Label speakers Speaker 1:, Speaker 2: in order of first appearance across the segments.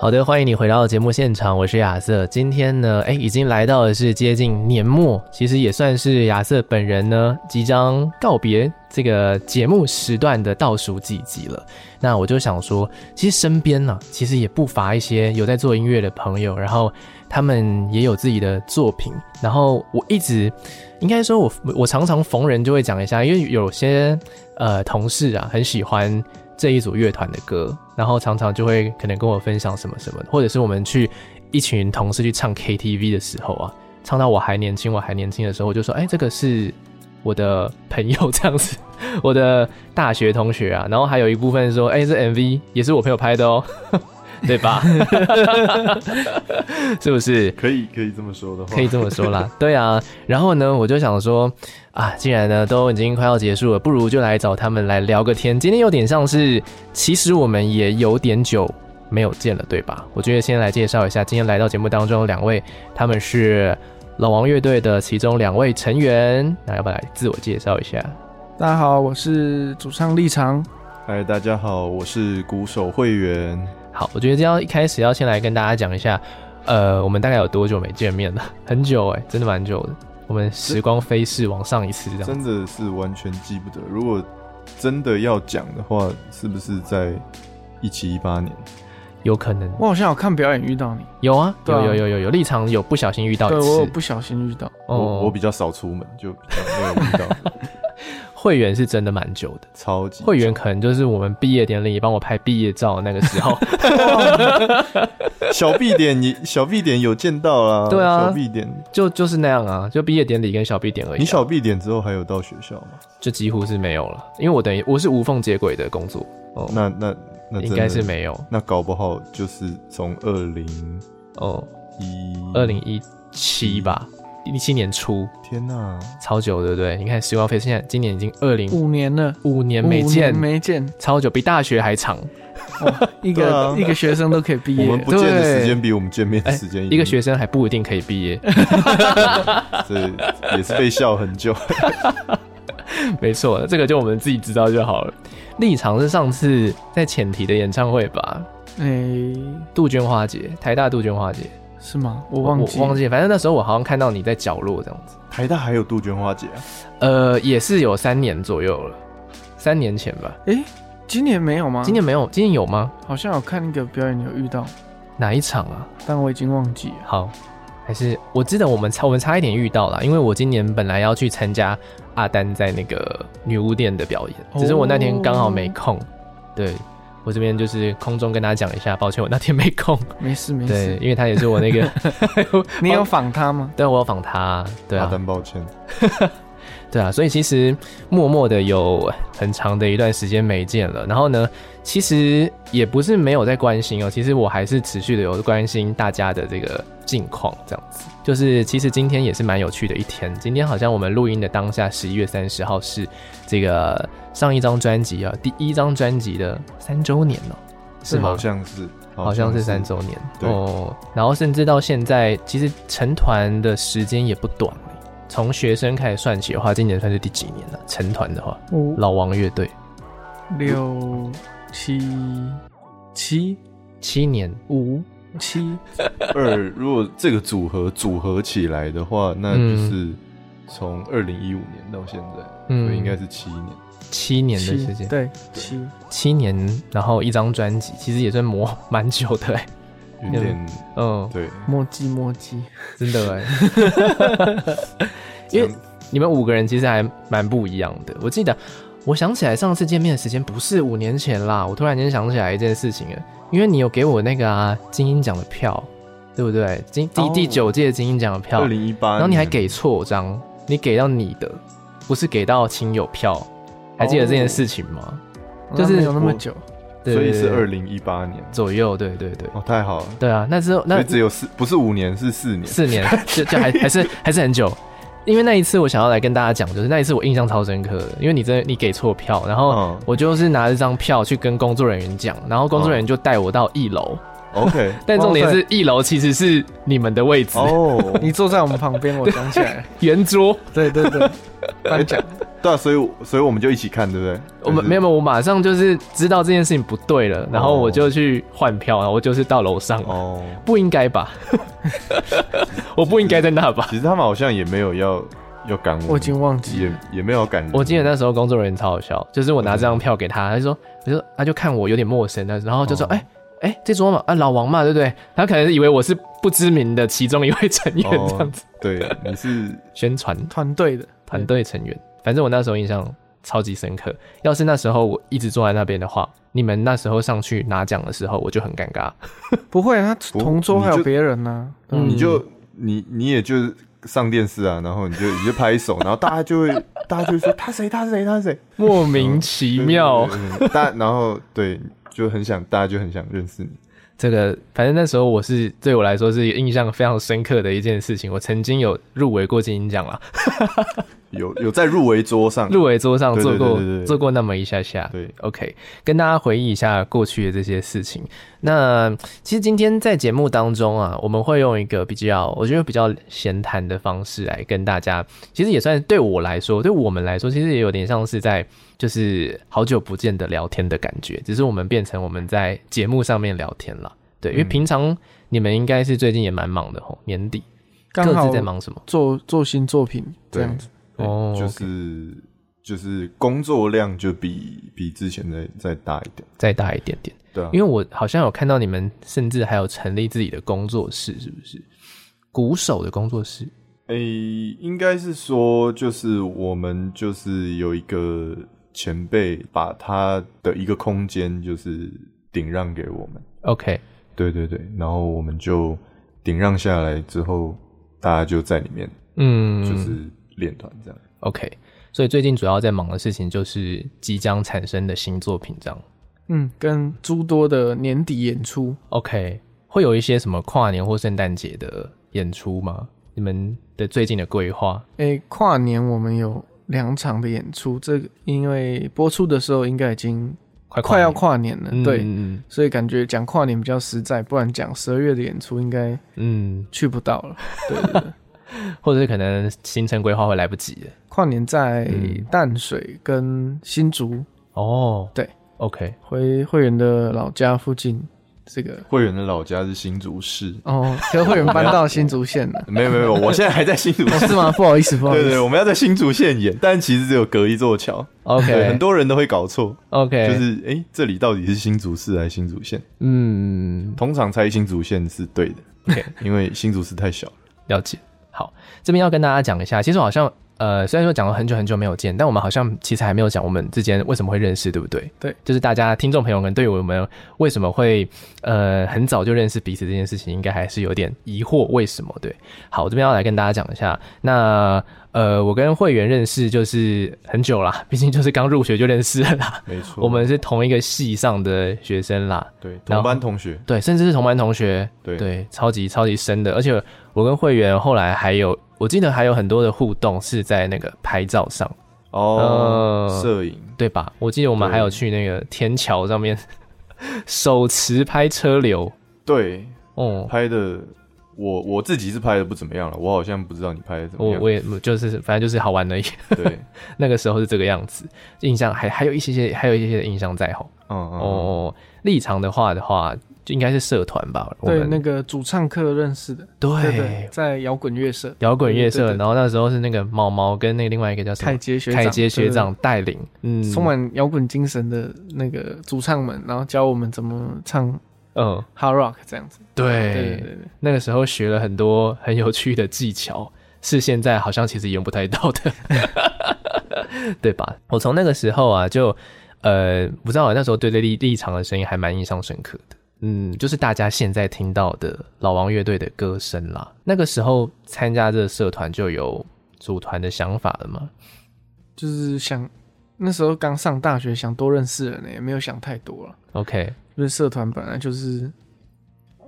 Speaker 1: 好的，欢迎你回到节目现场，我是亚瑟。今天呢，哎，已经来到的是接近年末，其实也算是亚瑟本人呢即将告别这个节目时段的倒数几集了。那我就想说，其实身边呢、其实也不乏一些有在做音乐的朋友，然后他们也有自己的作品。然后我一直，应该说我我常常逢人就会讲一下，因为有些呃同事啊很喜欢这一组乐团的歌，然后常常就会可能跟我分享什么什么的，或者是我们去一群同事去唱 KTV 的时候啊，唱到我还年轻，我还年轻的时候，我就说，哎，这个是我的朋友这样子， 我的大学同学啊，然后还有一部分说，哎，这 MV 也是我朋友拍的哦， 对吧？ 是不是？
Speaker 2: 可以可以这么说的 话，
Speaker 1: 可以这么说啦。对啊，然后呢，我就想说啊，既然呢都已经快要结束了，不如就来找他们来聊个天。今天有点像是，其实我们也有点久没有见了，对吧？我觉得先来介绍一下，今天来到节目当中两位，他们是老王乐队的其中两位成员，那要不要来自我介绍一下？
Speaker 3: 大家好，我是主唱立场。
Speaker 2: 嗨，哎大家好，我是鼓手会员。
Speaker 1: 好，我觉得这样一开始要先来跟大家讲一下，呃，我们大概有多久没见面了？很久哎、真的蛮久的。我们时光飞逝，往上一次这样。
Speaker 2: 真的是完全记不得，如果真的要讲的话，是不是在一七一八年？
Speaker 1: 有可能
Speaker 3: 我好像有看表演遇到你，
Speaker 1: 有啊，
Speaker 3: 对
Speaker 1: 有
Speaker 3: 啊
Speaker 1: 有有有有立场有不小心遇到
Speaker 3: 对
Speaker 1: 一
Speaker 3: 我有
Speaker 1: 次，
Speaker 3: 不小心遇到。
Speaker 2: 我我
Speaker 1: 哦，
Speaker 2: 比较少出门，就比较没有遇到，
Speaker 1: 会员是真的蛮久的，
Speaker 2: 超 级
Speaker 1: 会员可能就是我们毕业典礼帮我拍毕业照那个时 候，
Speaker 2: 小 B 点你小 B 点有见到啦，
Speaker 1: 对啊
Speaker 2: 小 B 点，
Speaker 1: 就就是那样啊，就毕业典礼跟小 B 点而已啊、
Speaker 2: 你小 B 点之后还有到学校吗？
Speaker 1: 就几乎是没有了，因为我等于我是无缝接轨的工作，哦，
Speaker 2: 那那那真
Speaker 1: 应
Speaker 2: 的
Speaker 1: 该是，没有，
Speaker 2: 那搞不好就是从二零
Speaker 1: 哦，
Speaker 2: 一
Speaker 1: 二，零一七吧，一七年初，
Speaker 2: 天啊哪、
Speaker 1: 超久对不对？你看时光飞逝，现在今年已经二零
Speaker 3: 五年了，
Speaker 1: 五年
Speaker 3: 五
Speaker 1: 没见，
Speaker 3: 没见，
Speaker 1: 超久，比大学还长，
Speaker 3: 一
Speaker 2: 对
Speaker 3: 个、
Speaker 2: 啊
Speaker 3: 一个学生都可以毕
Speaker 2: 我
Speaker 3: 业
Speaker 2: 们。不见的
Speaker 1: 对
Speaker 2: 时间比我们见面的
Speaker 1: 哎
Speaker 2: 时间已
Speaker 1: 一个
Speaker 2: 经
Speaker 1: 学生还不一定可以毕业，
Speaker 2: 这也是被笑很久。
Speaker 1: 没错，这个就我们自己知道就好了。立场是上次在前提的演唱会吧，
Speaker 3: 哎、
Speaker 1: 杜鹃花节，台大杜鹃花节，
Speaker 3: 是吗？我忘记
Speaker 1: 我忘记了，反正那时候我好像看到你在角落这样子。
Speaker 2: 台大还有杜鹃花节啊，
Speaker 1: 呃，也是有三年左右了，三年前吧。
Speaker 3: 哎、今年没有吗？
Speaker 1: 今年没有，今年有吗？
Speaker 3: 好像有看一个表演有遇到，
Speaker 1: 哪一场啊？
Speaker 3: 但我已经忘记了。
Speaker 1: 好，还是我记得我们差我们差一点遇到了，因为我今年本来要去参加阿丹在那个女巫店的表演，
Speaker 3: 哦
Speaker 1: 只是我那天刚好没空。对我这边就是空中跟大家讲一下，抱歉，我那天没空。
Speaker 3: 没事没
Speaker 1: 对，
Speaker 3: 事，
Speaker 1: 因为他也是我那 个，
Speaker 3: 你有仿他吗？
Speaker 1: 对我有仿他，对
Speaker 2: 阿
Speaker 1: 啊，
Speaker 2: 丹抱歉，
Speaker 1: 对啊，所以其实默默的有很长的一段时间没见了。然后呢，其实也不是没有在关心哦，其实我还是持续的有关心大家的这个近况，这样子。就是其实今天也是蛮有趣的一天。今天好像我们录音的当下，十一月三十号是这个上一张专辑啊，第一张专辑的三周年哦，是吗
Speaker 2: 好？像是，
Speaker 1: 好像是三周年
Speaker 2: 对
Speaker 1: 哦。然后甚至到现在，其实成团的时间也不短欸从学生开始算起的话，今年算是第几年了？成团的话，
Speaker 3: 五
Speaker 1: 老王乐队
Speaker 3: 六七七
Speaker 1: 七年，
Speaker 3: 五七，
Speaker 2: 二。如果这个组合组合起来的话，那就是从二零一五年到现在，
Speaker 1: 嗯
Speaker 2: 所以应该是七年。
Speaker 1: 七年的时
Speaker 3: 七
Speaker 1: 间，
Speaker 3: 对七，
Speaker 1: 七年，然后一张专辑，其实也算磨蛮久的、欸，
Speaker 2: 有点
Speaker 1: 嗯，
Speaker 2: 对，
Speaker 3: 墨迹墨迹。
Speaker 1: 真的哎、 因为
Speaker 2: 这样
Speaker 1: 你们五个人其实还蛮不一样的。我记得，我想起来上次见面的时间不是五年前啦，我突然间想起来一件事情了，因为你有给我那个啊金鹰奖的票，对不对？金第
Speaker 2: 哦
Speaker 1: 第九届金鹰奖的票，
Speaker 2: 二零一八，
Speaker 1: 然后你还给错张，你给到你的，不是给到亲友票，还记得这件事情吗？就是
Speaker 3: 没有那么久，
Speaker 2: 哦所以是二
Speaker 1: 零
Speaker 2: 零一八年。
Speaker 1: 左右，对对对，
Speaker 2: 哦，太好了，
Speaker 1: 对啊，那之后
Speaker 2: 所
Speaker 1: 那
Speaker 2: 以只有四，不是五年，是四年。
Speaker 1: 四 年，就就还还是还是很久。因为那一次我想要来跟大家讲，就是那一次我印象超深刻的，因为你真的你给错票，然后
Speaker 2: 嗯
Speaker 1: 我就是拿这张票去跟工作人员讲，然后工作
Speaker 2: 嗯
Speaker 1: 人员就带我到一楼，
Speaker 2: OK，
Speaker 1: 但重点
Speaker 3: 哇
Speaker 1: 是一楼其实是 你们的位置，
Speaker 2: 哦，
Speaker 3: 你坐在我们旁边，我想起来了，
Speaker 1: 圆桌。
Speaker 2: 嗯
Speaker 3: 对对对，颁奖
Speaker 2: 对啊，所以我所以我们就一起看，对不对？
Speaker 1: 我们没有，没有我马上就是知道这件事情不对了，然后我就去换票，然后我就是到楼上，
Speaker 2: 哦，
Speaker 1: 不应该吧？ 我不应该在那吧？
Speaker 2: 其实他们好像也没有要要赶我们，
Speaker 3: 我已经忘记
Speaker 2: 也
Speaker 3: 了，
Speaker 2: 也没有要赶人。
Speaker 1: 我记得那时候工作人员超好笑，就是我拿这张票给他，他就说，他就他就看我有点陌生，然后就说，
Speaker 2: 哦
Speaker 1: 哎、哎、这桌嘛，啊老王嘛，对不对？他可能是以为我是不知名的其中一位成员
Speaker 2: 哦
Speaker 1: 这样子，
Speaker 2: 对，你 是
Speaker 1: 宣传
Speaker 3: 团队的
Speaker 1: 团队成员。反正我那时候印象超级深刻，要是那时候我一直坐在那边的话，你们那时候上去拿奖的时候，我就很尴尬。
Speaker 3: 不会，啊他同桌还
Speaker 2: 你
Speaker 3: 有
Speaker 2: 就
Speaker 3: 别人啊呢，
Speaker 1: 嗯
Speaker 2: 你就你你也就是上电视啊，然后你就你就拍手，然后大家就会 大家就会说他谁他谁他谁，
Speaker 1: 莫名其
Speaker 2: 哦对
Speaker 1: 妙，，
Speaker 2: 对对对大然后对就很想大家就很想认识你。
Speaker 1: 这个反正那时候我是对我来说是印象非常深刻的一件事情。我曾经有入围过金鹰奖啦，
Speaker 2: 有有在入围桌上，
Speaker 1: 入围桌上做过
Speaker 2: 啊对对对对对
Speaker 1: 做过那么一下下。
Speaker 2: 对
Speaker 1: ，OK，跟大家回忆一下过去的这些事情。那其实今天在节目当中啊，我们会用一个比较，我觉得比较闲谈的方式来跟大家，其实也算对我来说，对我们来说，其实也有点像是在就是好久不见的聊天的感觉，只是我们变成我们在节目上面聊天了。对，因为
Speaker 2: 嗯
Speaker 1: 平常你们应该是最近也蛮忙的吼，年底各
Speaker 3: 刚好
Speaker 1: 自在忙什么？
Speaker 3: 做做新作品这样子，
Speaker 2: 对
Speaker 1: 哦
Speaker 2: 就是就是工作量就比比之前再再大一点，
Speaker 1: 再大一点点。
Speaker 2: 对啊，
Speaker 1: 因为我好像有看到你们甚至还有成立自己的工作室，是不是？鼓手的工作室，
Speaker 2: 诶、应该是说，就是我们就是有一个前辈把他的一个空间就是顶让给我们，
Speaker 1: OK，
Speaker 2: 对对对，然后我们就顶让下来之后，大家就在里面
Speaker 1: 嗯，
Speaker 2: 就是练团这样。
Speaker 1: OK。所以最近主要在忙的事情就是即将产生的新作品，这样
Speaker 3: 嗯，跟诸多的年底演出，
Speaker 1: OK。会有一些什么跨年或圣诞节的演出吗？你们的最近的规划？
Speaker 3: 诶，跨年我们有两场的演出，这个因为播出的时候应该已经
Speaker 1: 快
Speaker 3: 快要
Speaker 1: 年
Speaker 3: 跨年了，
Speaker 1: 嗯
Speaker 3: 对，
Speaker 1: 嗯
Speaker 3: 所以感觉讲跨年比较实在，不然讲十二月的演出应该
Speaker 1: 嗯，
Speaker 3: 去不到 了。对对对，
Speaker 1: 或者是可能行程规划会来不及的
Speaker 3: 跨年在
Speaker 1: 嗯
Speaker 3: 淡水跟新竹
Speaker 1: 哦。
Speaker 3: 对
Speaker 1: ，OK，
Speaker 3: 回会员的老家附近，这个
Speaker 2: 会员的老家是新竹市，，
Speaker 3: 哦，可是会员搬到新竹县 了
Speaker 2: 没有没有，没有我现在还在新竹市。
Speaker 3: 是吗？不好意思， 不好意
Speaker 2: 对
Speaker 3: 思，
Speaker 2: 对，我们要在新竹县演，但其实只有隔一座桥。
Speaker 1: OK
Speaker 2: 对，很多人都会搞错，
Speaker 1: OK，
Speaker 2: 就是诶，这里到底是新竹市还是新竹县？
Speaker 1: 嗯，
Speaker 2: 通常猜新竹县是对的
Speaker 1: OK
Speaker 2: 因为新竹市太小了。
Speaker 1: 了解。好，这边要跟大家讲一下，其实我好像呃，虽然说讲了很久很久没有见，但我们好像其实还没有讲我们之间为什么会认识，对不对？
Speaker 3: 对，
Speaker 1: 就是大家听众朋友们对我们为什么会呃很早就认识彼此这件事情，应该还是有点疑惑，为什么？对，好，我这边要来跟大家讲一下，那呃，我跟会员认识就是很久啦， 毕竟就是刚入学就认识了 啦，
Speaker 2: 没错
Speaker 1: 我们是同一个系上的学生啦，
Speaker 2: 对
Speaker 1: 然后
Speaker 2: 同班同学，
Speaker 1: 对，甚至是同班同学，
Speaker 2: 对
Speaker 1: 对，超级超级深的。而且我跟会员后来还有，我记得还有很多的互动是在那个拍照上，
Speaker 2: 哦
Speaker 1: 呃，
Speaker 2: 摄、影，
Speaker 1: 对吧？我记得我们
Speaker 2: 对
Speaker 1: 还有去那个天桥上面 手持拍车流，
Speaker 2: 对，
Speaker 1: 哦、
Speaker 2: 拍的我我自己是拍的不怎么样了，我好像不知道你拍的怎么
Speaker 1: 我
Speaker 2: 样。
Speaker 1: 我也就是反正就是好玩而已。
Speaker 2: 对，
Speaker 1: 那个时候是这个样子，印象还还有一些些还有一些些印象在吼。
Speaker 2: 嗯嗯，哦，
Speaker 1: 哦，立场的话的话，就应该是社团吧？我
Speaker 3: 对
Speaker 1: 们
Speaker 3: 那个主唱课认识的，对对
Speaker 1: 对，
Speaker 3: 在摇滚乐社
Speaker 1: 摇滚乐
Speaker 3: 对
Speaker 1: 社，
Speaker 3: 对对
Speaker 1: 然后那时候是那个毛毛跟那个另外一个叫什么
Speaker 3: 凯？杰学长，
Speaker 1: 开街学
Speaker 3: 对。
Speaker 1: 长带领，嗯
Speaker 3: 对对充满摇滚精神的那个主唱们，然后教我们怎么唱
Speaker 1: 嗯，
Speaker 3: hard rock 这样子。对对
Speaker 1: 对，
Speaker 3: 对对，
Speaker 1: 那个时候学了很多很有趣的技巧，是现在好像其实用不太到的， 对吧？我从那个时候啊，就呃，不知道那时候对对立立场的声音还蛮印象深刻的。嗯，就是大家现在听到的老王乐队的歌声啦。那个时候参加这个社团就有组团的想法了嘛？
Speaker 3: 就是想那时候刚上大学，想多认识人呢、也没有想太多了。
Speaker 1: OK，
Speaker 3: 就是社团本来就是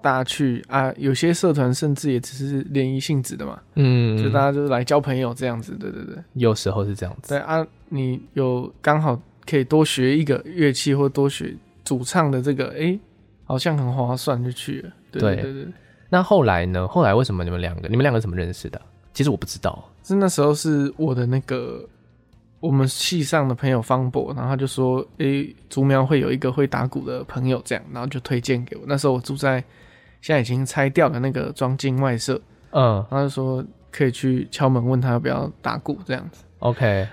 Speaker 3: 大家去啊，有些社团甚至也只是联谊性质的嘛，
Speaker 1: 嗯，
Speaker 3: 就大家就是来交朋友这样子。对对对，
Speaker 1: 有时候是这样
Speaker 3: 对
Speaker 1: 子，
Speaker 3: 啊，你有刚好可以多学一个乐器或多学主唱的这个，哎、好像很划算，就去了。对
Speaker 1: 对
Speaker 3: 对对对，
Speaker 1: 那后来呢？后来为什么你们两个，你们两个怎么认识的？其实我不知道。
Speaker 3: 是那时候是我的那个我们系上的朋友方博，然后他就说，诶、竹苗会有一个会打鼓的朋友这样，然后就推荐给我。那时候我住在现在已经拆掉的那个庄敬外社，
Speaker 1: 嗯
Speaker 3: 然后就说可以去敲门问他要不要打鼓这样子。
Speaker 1: ，OK，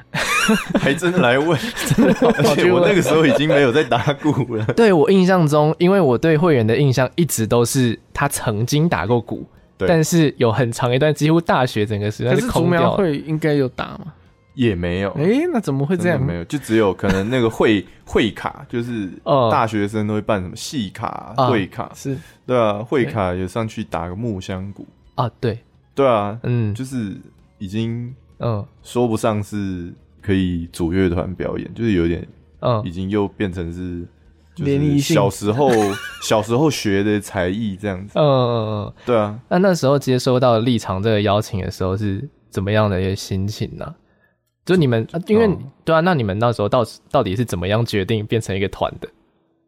Speaker 2: 还真的来问，而 且我那个时候已经没有在打鼓了。
Speaker 1: 对我印象中，因为我对会员的印象一直都是他曾经打过鼓，
Speaker 2: 对
Speaker 1: 但是有很长一段几乎大学整个时代
Speaker 3: 可是竹
Speaker 1: 空
Speaker 3: 苗
Speaker 1: 掉了。
Speaker 3: 会应该有打嘛？
Speaker 2: 也没有，
Speaker 3: 诶、那怎么会
Speaker 2: 哦
Speaker 3: 这
Speaker 2: 真的
Speaker 3: 样？
Speaker 2: 没有，就只有可能那个会 会卡，就是
Speaker 1: 哦
Speaker 2: 大学生都会办什么戏卡、
Speaker 1: 啊
Speaker 2: 会卡，
Speaker 3: 是
Speaker 2: 对啊，会卡有上去打个木香鼓，
Speaker 1: 啊，对，
Speaker 2: 对啊，
Speaker 1: 嗯
Speaker 2: 就是已经
Speaker 1: 嗯
Speaker 2: 说不上是可以组乐团表演，就是有点已
Speaker 1: 嗯，
Speaker 2: 经又变成是。就
Speaker 3: 哦联
Speaker 2: 是
Speaker 3: 谊性
Speaker 2: 小时 候小时候学的才艺这样子，
Speaker 1: 嗯嗯嗯。
Speaker 2: 对啊，
Speaker 1: 那那时候接收到立场这个邀请的时候是怎么样的一个心情呢、就你们，啊、因为、
Speaker 2: 嗯
Speaker 1: 对啊，那你们那时候到到底是怎么样决定变成一个团的？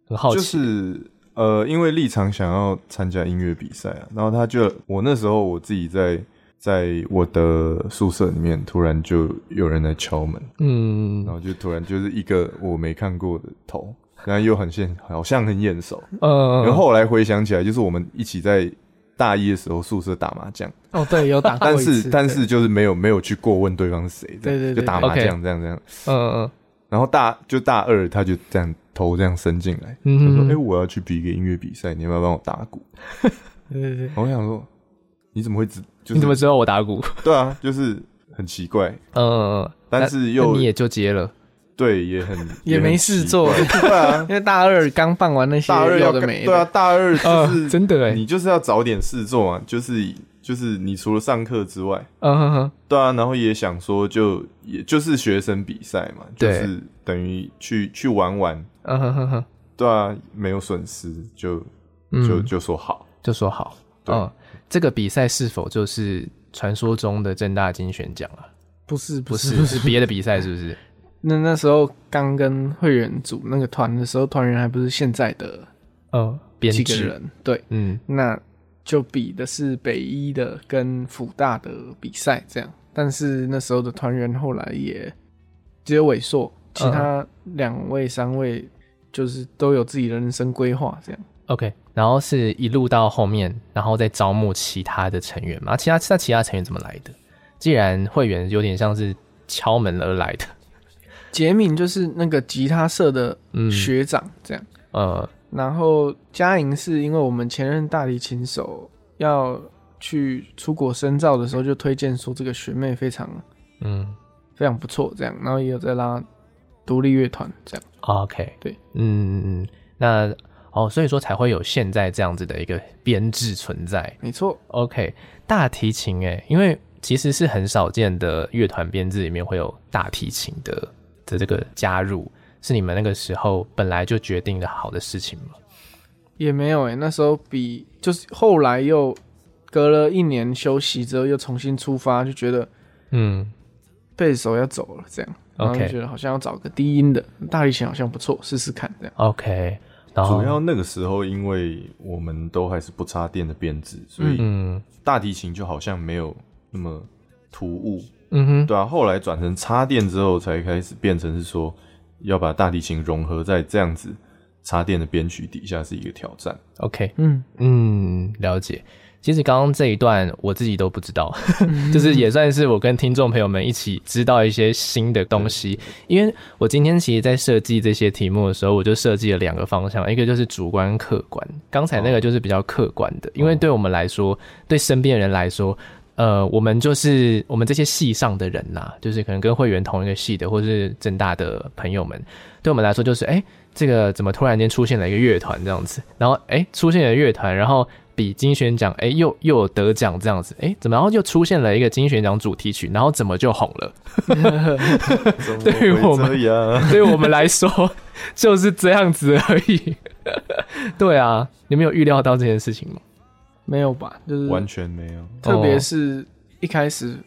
Speaker 1: 很好奇。
Speaker 2: 就是呃，因为立场想要参加音乐比赛啊，然后他就我那时候我自己在在我的宿舍里面，突然就有人来敲门，
Speaker 1: 嗯
Speaker 2: 然后就突然就是一个我没看过的头，然后又很现好像很眼熟，
Speaker 1: 嗯，
Speaker 2: 然后后来回想起来，就是我们一起在。大一的时候，宿舍打麻将，
Speaker 3: 哦，对，有打过
Speaker 2: 但
Speaker 3: 一次
Speaker 2: 是但是就是没有没有去过问对方是谁，这样
Speaker 3: 对对对
Speaker 2: 就打麻
Speaker 1: OK
Speaker 2: 将这样这样。
Speaker 1: 嗯
Speaker 2: 然后大就大二他就这样头这样伸进来，
Speaker 1: 嗯
Speaker 2: 他说：“哎、
Speaker 1: 嗯，
Speaker 2: 我要去比一个音乐比赛，你要不要帮我打鼓
Speaker 3: 对对对？”，
Speaker 2: 然后我想说，你怎么会知？就是、
Speaker 1: 你怎么知道我打鼓？
Speaker 2: 对啊？就是很奇怪，
Speaker 1: 嗯嗯嗯，
Speaker 2: 但是
Speaker 1: 那
Speaker 2: 又
Speaker 1: 你也就接了。
Speaker 2: 对，也很
Speaker 3: 也没事做，
Speaker 2: 很奇怪对啊，
Speaker 3: 因为大二刚办完那些
Speaker 2: 大二要
Speaker 3: 有
Speaker 2: 干
Speaker 3: 的没的，哦
Speaker 2: 对啊，大 二就是、
Speaker 1: 啊真的哎
Speaker 2: 你就是要找点事做嘛，就是就是你除了上课之外，
Speaker 1: 嗯哼哼，
Speaker 2: 对啊，然后也想说就也就是学生比赛嘛，就
Speaker 1: 对
Speaker 2: 是等于去去玩玩，
Speaker 1: 嗯哼哼哼，
Speaker 2: 对啊，没有损失，就
Speaker 1: 嗯
Speaker 2: 就、就说好，
Speaker 1: 就说好。
Speaker 2: 对
Speaker 1: 嗯，这个比赛是否就是传说中的正大金选奖啊？
Speaker 3: 不是不
Speaker 1: 不
Speaker 3: 是
Speaker 1: 是，是别的比赛是不 是？
Speaker 3: 那那时候刚跟会员组那个团的时候，团员还不是现在的
Speaker 1: 嗯，编
Speaker 3: 哦几个
Speaker 1: 制。
Speaker 3: 人，对，
Speaker 1: 嗯
Speaker 3: 那就比的是北一的跟辅大的比赛这样。但是那时候的团员后来也只有萎缩，其他
Speaker 2: 嗯
Speaker 3: 两位三位就是都有自己的人生规划这样。
Speaker 1: ，OK。然后是一路到后面，然后再招募其他的成员嘛？其他那其他成员怎么来的？既然会员有点像是敲门而来的，
Speaker 3: 杰敏就是那个吉他社的
Speaker 1: 嗯
Speaker 3: 学长这样。
Speaker 1: 呃，
Speaker 3: 然后嘉莹是因为我们前任大提琴手要去出国深造的时候，就推荐说这个学妹非常
Speaker 1: 嗯
Speaker 3: 非常不错，这样，然后也有在拉独立乐团这样。
Speaker 1: ，OK，
Speaker 3: 对，
Speaker 1: 嗯嗯，嗯那哦，所以说才会有现在这样子的一个编制存在。
Speaker 3: 没错，
Speaker 1: OK，大提琴诶，因为其实是很少见的乐团编制里面会有大提琴的的这个加入，是你们那个时候本来就决定的好的事情吗？
Speaker 3: 也没有诶、那时候比就是后来又隔了一年休息之后又重新出发，就觉得
Speaker 1: 嗯
Speaker 3: 贝斯手要走了这样，然后就
Speaker 1: OK
Speaker 3: 觉得好像要找个低音的大提琴好像不错，试试看这样。
Speaker 1: ，OK，然后
Speaker 2: 主要那个时候，因为我们都还是不插电的编制，所以
Speaker 1: 嗯
Speaker 2: 大提琴就好像没有那么突兀，
Speaker 1: 嗯哼
Speaker 2: 对啊。后来转成插电之后，才开始变成是说要把大提琴融合在这样子插电的编曲底下是一个挑 战。
Speaker 1: ，OK，
Speaker 3: 嗯，
Speaker 1: 嗯，了解。其实刚刚这一段我自己都不知道， 就是也算是我跟听众朋友们一起知道一些新的东西。因为我今天其实，在设计这些题目的时候，我就设计了两个方向，一个就是主观、客观。刚才那个就是比较客观的，因为对我们来说，对身边人来说，呃，我们就是我们这些系上的人呐、就是可能跟会员同一个系的，或是正大的朋友们，对我们来说就是，哎、这个怎么突然间出现了一个乐团这样子？然后，哎、出现了乐团，然后比金选奖，哎、又又有得奖这样子，哎、怎么然后又出现了一个金选奖主题曲，然后怎么就红了？
Speaker 2: 怎么
Speaker 1: 对于我们
Speaker 2: 会这 样，
Speaker 1: 对我们来说就是这样子而已。对啊，你们有预料到这件事情吗？
Speaker 3: 没有吧？就是
Speaker 2: 完全没有。
Speaker 3: 特别是一开始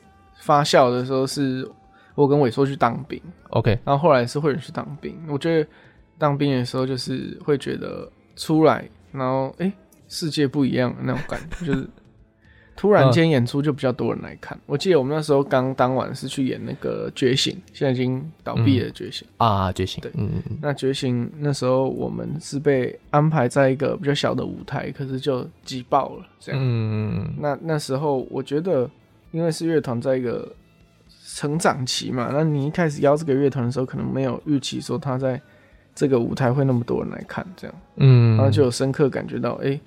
Speaker 3: 发酵的时候，是我跟伟硕去当兵，
Speaker 1: OK，
Speaker 3: 然后后来是会有人去当兵。我觉得当兵的时候就是会觉得出来，然后哎、诶世界不一样的那种感觉，就是突然间演出就比较多人来看。我记得我们那时候刚当完是去演那个《觉醒》，现在已经倒闭了《觉醒》
Speaker 1: 啊，觉醒，
Speaker 3: 对
Speaker 1: 嗯嗯嗯，
Speaker 3: 那《觉醒》那时候我们是被安排在一个比较小的舞台，可是就挤爆了这样。
Speaker 1: 嗯，
Speaker 3: 那那时候我觉得，因为是乐团在一个成长期嘛，那你一开始邀这个乐团的时候，可能没有预期说他在这个舞台会那么多人来看，这样，
Speaker 1: 嗯，
Speaker 3: 然后就有深刻感觉到，哎、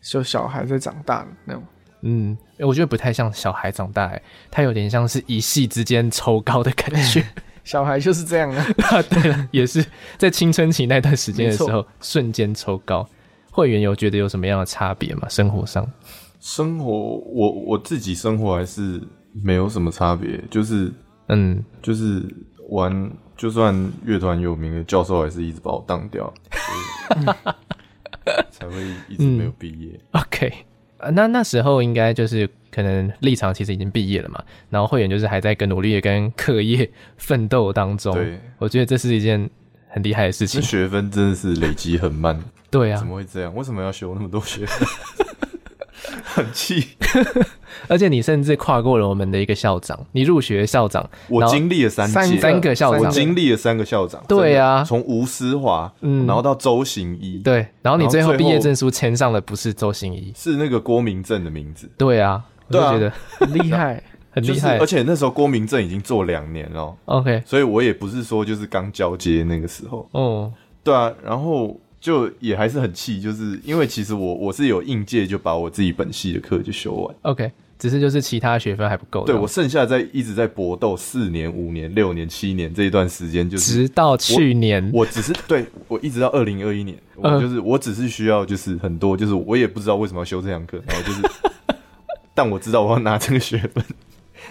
Speaker 3: 就小孩在长大了那种。
Speaker 1: 嗯，诶我觉得不太像小孩长大、欸，他有点像是一夕之间抽高的感觉。
Speaker 3: 小孩就是这样 啊，
Speaker 1: 啊， 对了，也是在青春期那段时间的时
Speaker 3: 没
Speaker 1: 候，瞬间抽高。会员有觉得有什么样的差别吗？生活上，
Speaker 2: 生活，我我自己生活还是没有什么差别，就是
Speaker 1: 嗯，
Speaker 2: 就是玩，就算乐团有名的教授，还是一直把我当掉，所以 才会一直没有毕业。
Speaker 1: OK，呃，那那时候应该就是可能立场其实已经毕业了嘛，然后慧远就是还在跟努力的跟课业奋斗当中。
Speaker 2: 对，
Speaker 1: 我觉得这是一件很厉害的事
Speaker 2: 这
Speaker 1: 情。
Speaker 2: 学分真的是累积很慢，
Speaker 1: 对啊
Speaker 2: 怎，么会这样？为什么要修那么多学分？ 很气，
Speaker 1: 而且你甚至跨过了我们的一个校长，你入学校长，
Speaker 2: 我
Speaker 1: 然后
Speaker 2: 经历了三届，
Speaker 1: 三个校长
Speaker 2: 我经历了三个校长。
Speaker 1: 对啊
Speaker 2: 真的从吴思华，
Speaker 1: 嗯
Speaker 2: 然后到周行一，，
Speaker 1: 对，然后你
Speaker 2: 然后
Speaker 1: 最后
Speaker 2: 最
Speaker 1: 毕业
Speaker 2: 后
Speaker 1: 证书签上的不是周行怡，
Speaker 2: 是那个郭明正的名字，
Speaker 1: 对啊，我就
Speaker 2: 对啊
Speaker 1: 觉得
Speaker 3: 很厉害。
Speaker 1: 很
Speaker 2: 就
Speaker 1: 厉
Speaker 2: 是
Speaker 1: 害。
Speaker 2: 而且那时候郭明正已经做两年了哦，
Speaker 1: OK，
Speaker 2: 所以我也不是说就是刚交接那个时候，
Speaker 1: 哦，
Speaker 2: 对啊，然后就也还是很气，就是因为其实我我是有应届就把我自己本系的课就修完，
Speaker 1: OK，只是就是其他学分还不够。
Speaker 2: 对
Speaker 1: 这样
Speaker 2: 我剩下在一直在搏斗四年、五年、六年、七年这一段时间，就是
Speaker 1: 直到去年，
Speaker 2: 我只是对我一直到二零二一年，我
Speaker 1: 嗯
Speaker 2: 就是、我只是需要就是很多，就是我也不知道为什么要修这堂课，然后 就是，但我知道我要拿这个学分，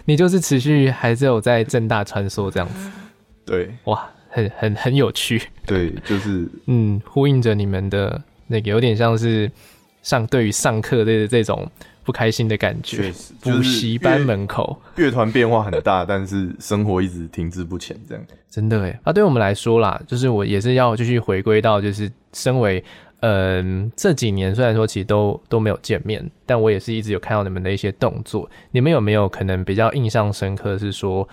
Speaker 1: 你就是持续还是有在正大穿梭这样
Speaker 2: 嗯
Speaker 1: 子，
Speaker 2: 对
Speaker 1: 哇，很很很有趣，
Speaker 2: 对，就是
Speaker 1: 嗯，呼应着你们的那个有点像是上对于上课的这种不开心的感觉
Speaker 2: 确实，就是
Speaker 1: 补习班门口。
Speaker 2: 乐团变化很大，但是生活一直停滞不前，这样
Speaker 1: 真的诶，啊，对我们来说啦，就是我也是要继续回归到，就是身为，嗯、这几年虽然说其实都都没有见面，但我也是一直有看到你们的一些动作。你们有没有可能比较印象深刻是说，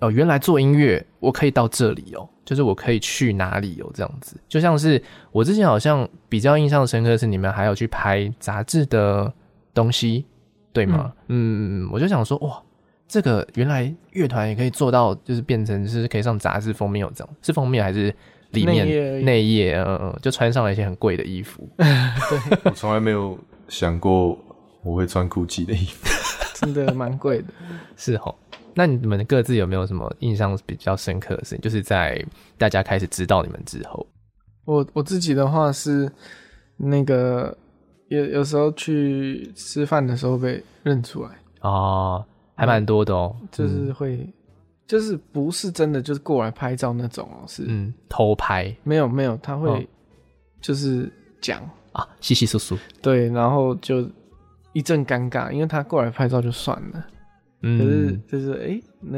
Speaker 1: 哦，原来做音乐我可以到这里哦，就是我可以去哪里哦，这样子。就像是我之前好像比较印象深刻是你们还有去拍杂志的东西，对吗？嗯，我就想说，哇，这个原来乐团也可以做到，就是变成是可以上杂志封面有这样，是封面还是里面
Speaker 3: 内页而已
Speaker 1: 内页？嗯嗯，就穿上了一些很贵的衣 服。
Speaker 2: 我从来没有想过我会穿 GUCCI 的衣服。
Speaker 3: 真的蛮贵的，
Speaker 1: 是吼。那你们各自有没有什么印象比较深刻的事情？就是在大家开始知道你们之后，
Speaker 3: 我我自己的话是那个有有时候去吃饭的时候被认出来，
Speaker 1: 哦，还蛮多的哦，
Speaker 3: 就是会，就是不是真的就是过来拍照那种哦，是、
Speaker 1: 嗯，偷拍
Speaker 3: 没有没有，他
Speaker 1: 哦
Speaker 3: 会就是讲、
Speaker 1: 啊，稀稀疏疏，
Speaker 3: 对，然后就一阵尴尬，因为他过来拍照就算了，可是
Speaker 1: 嗯，
Speaker 3: 就是哎、诶那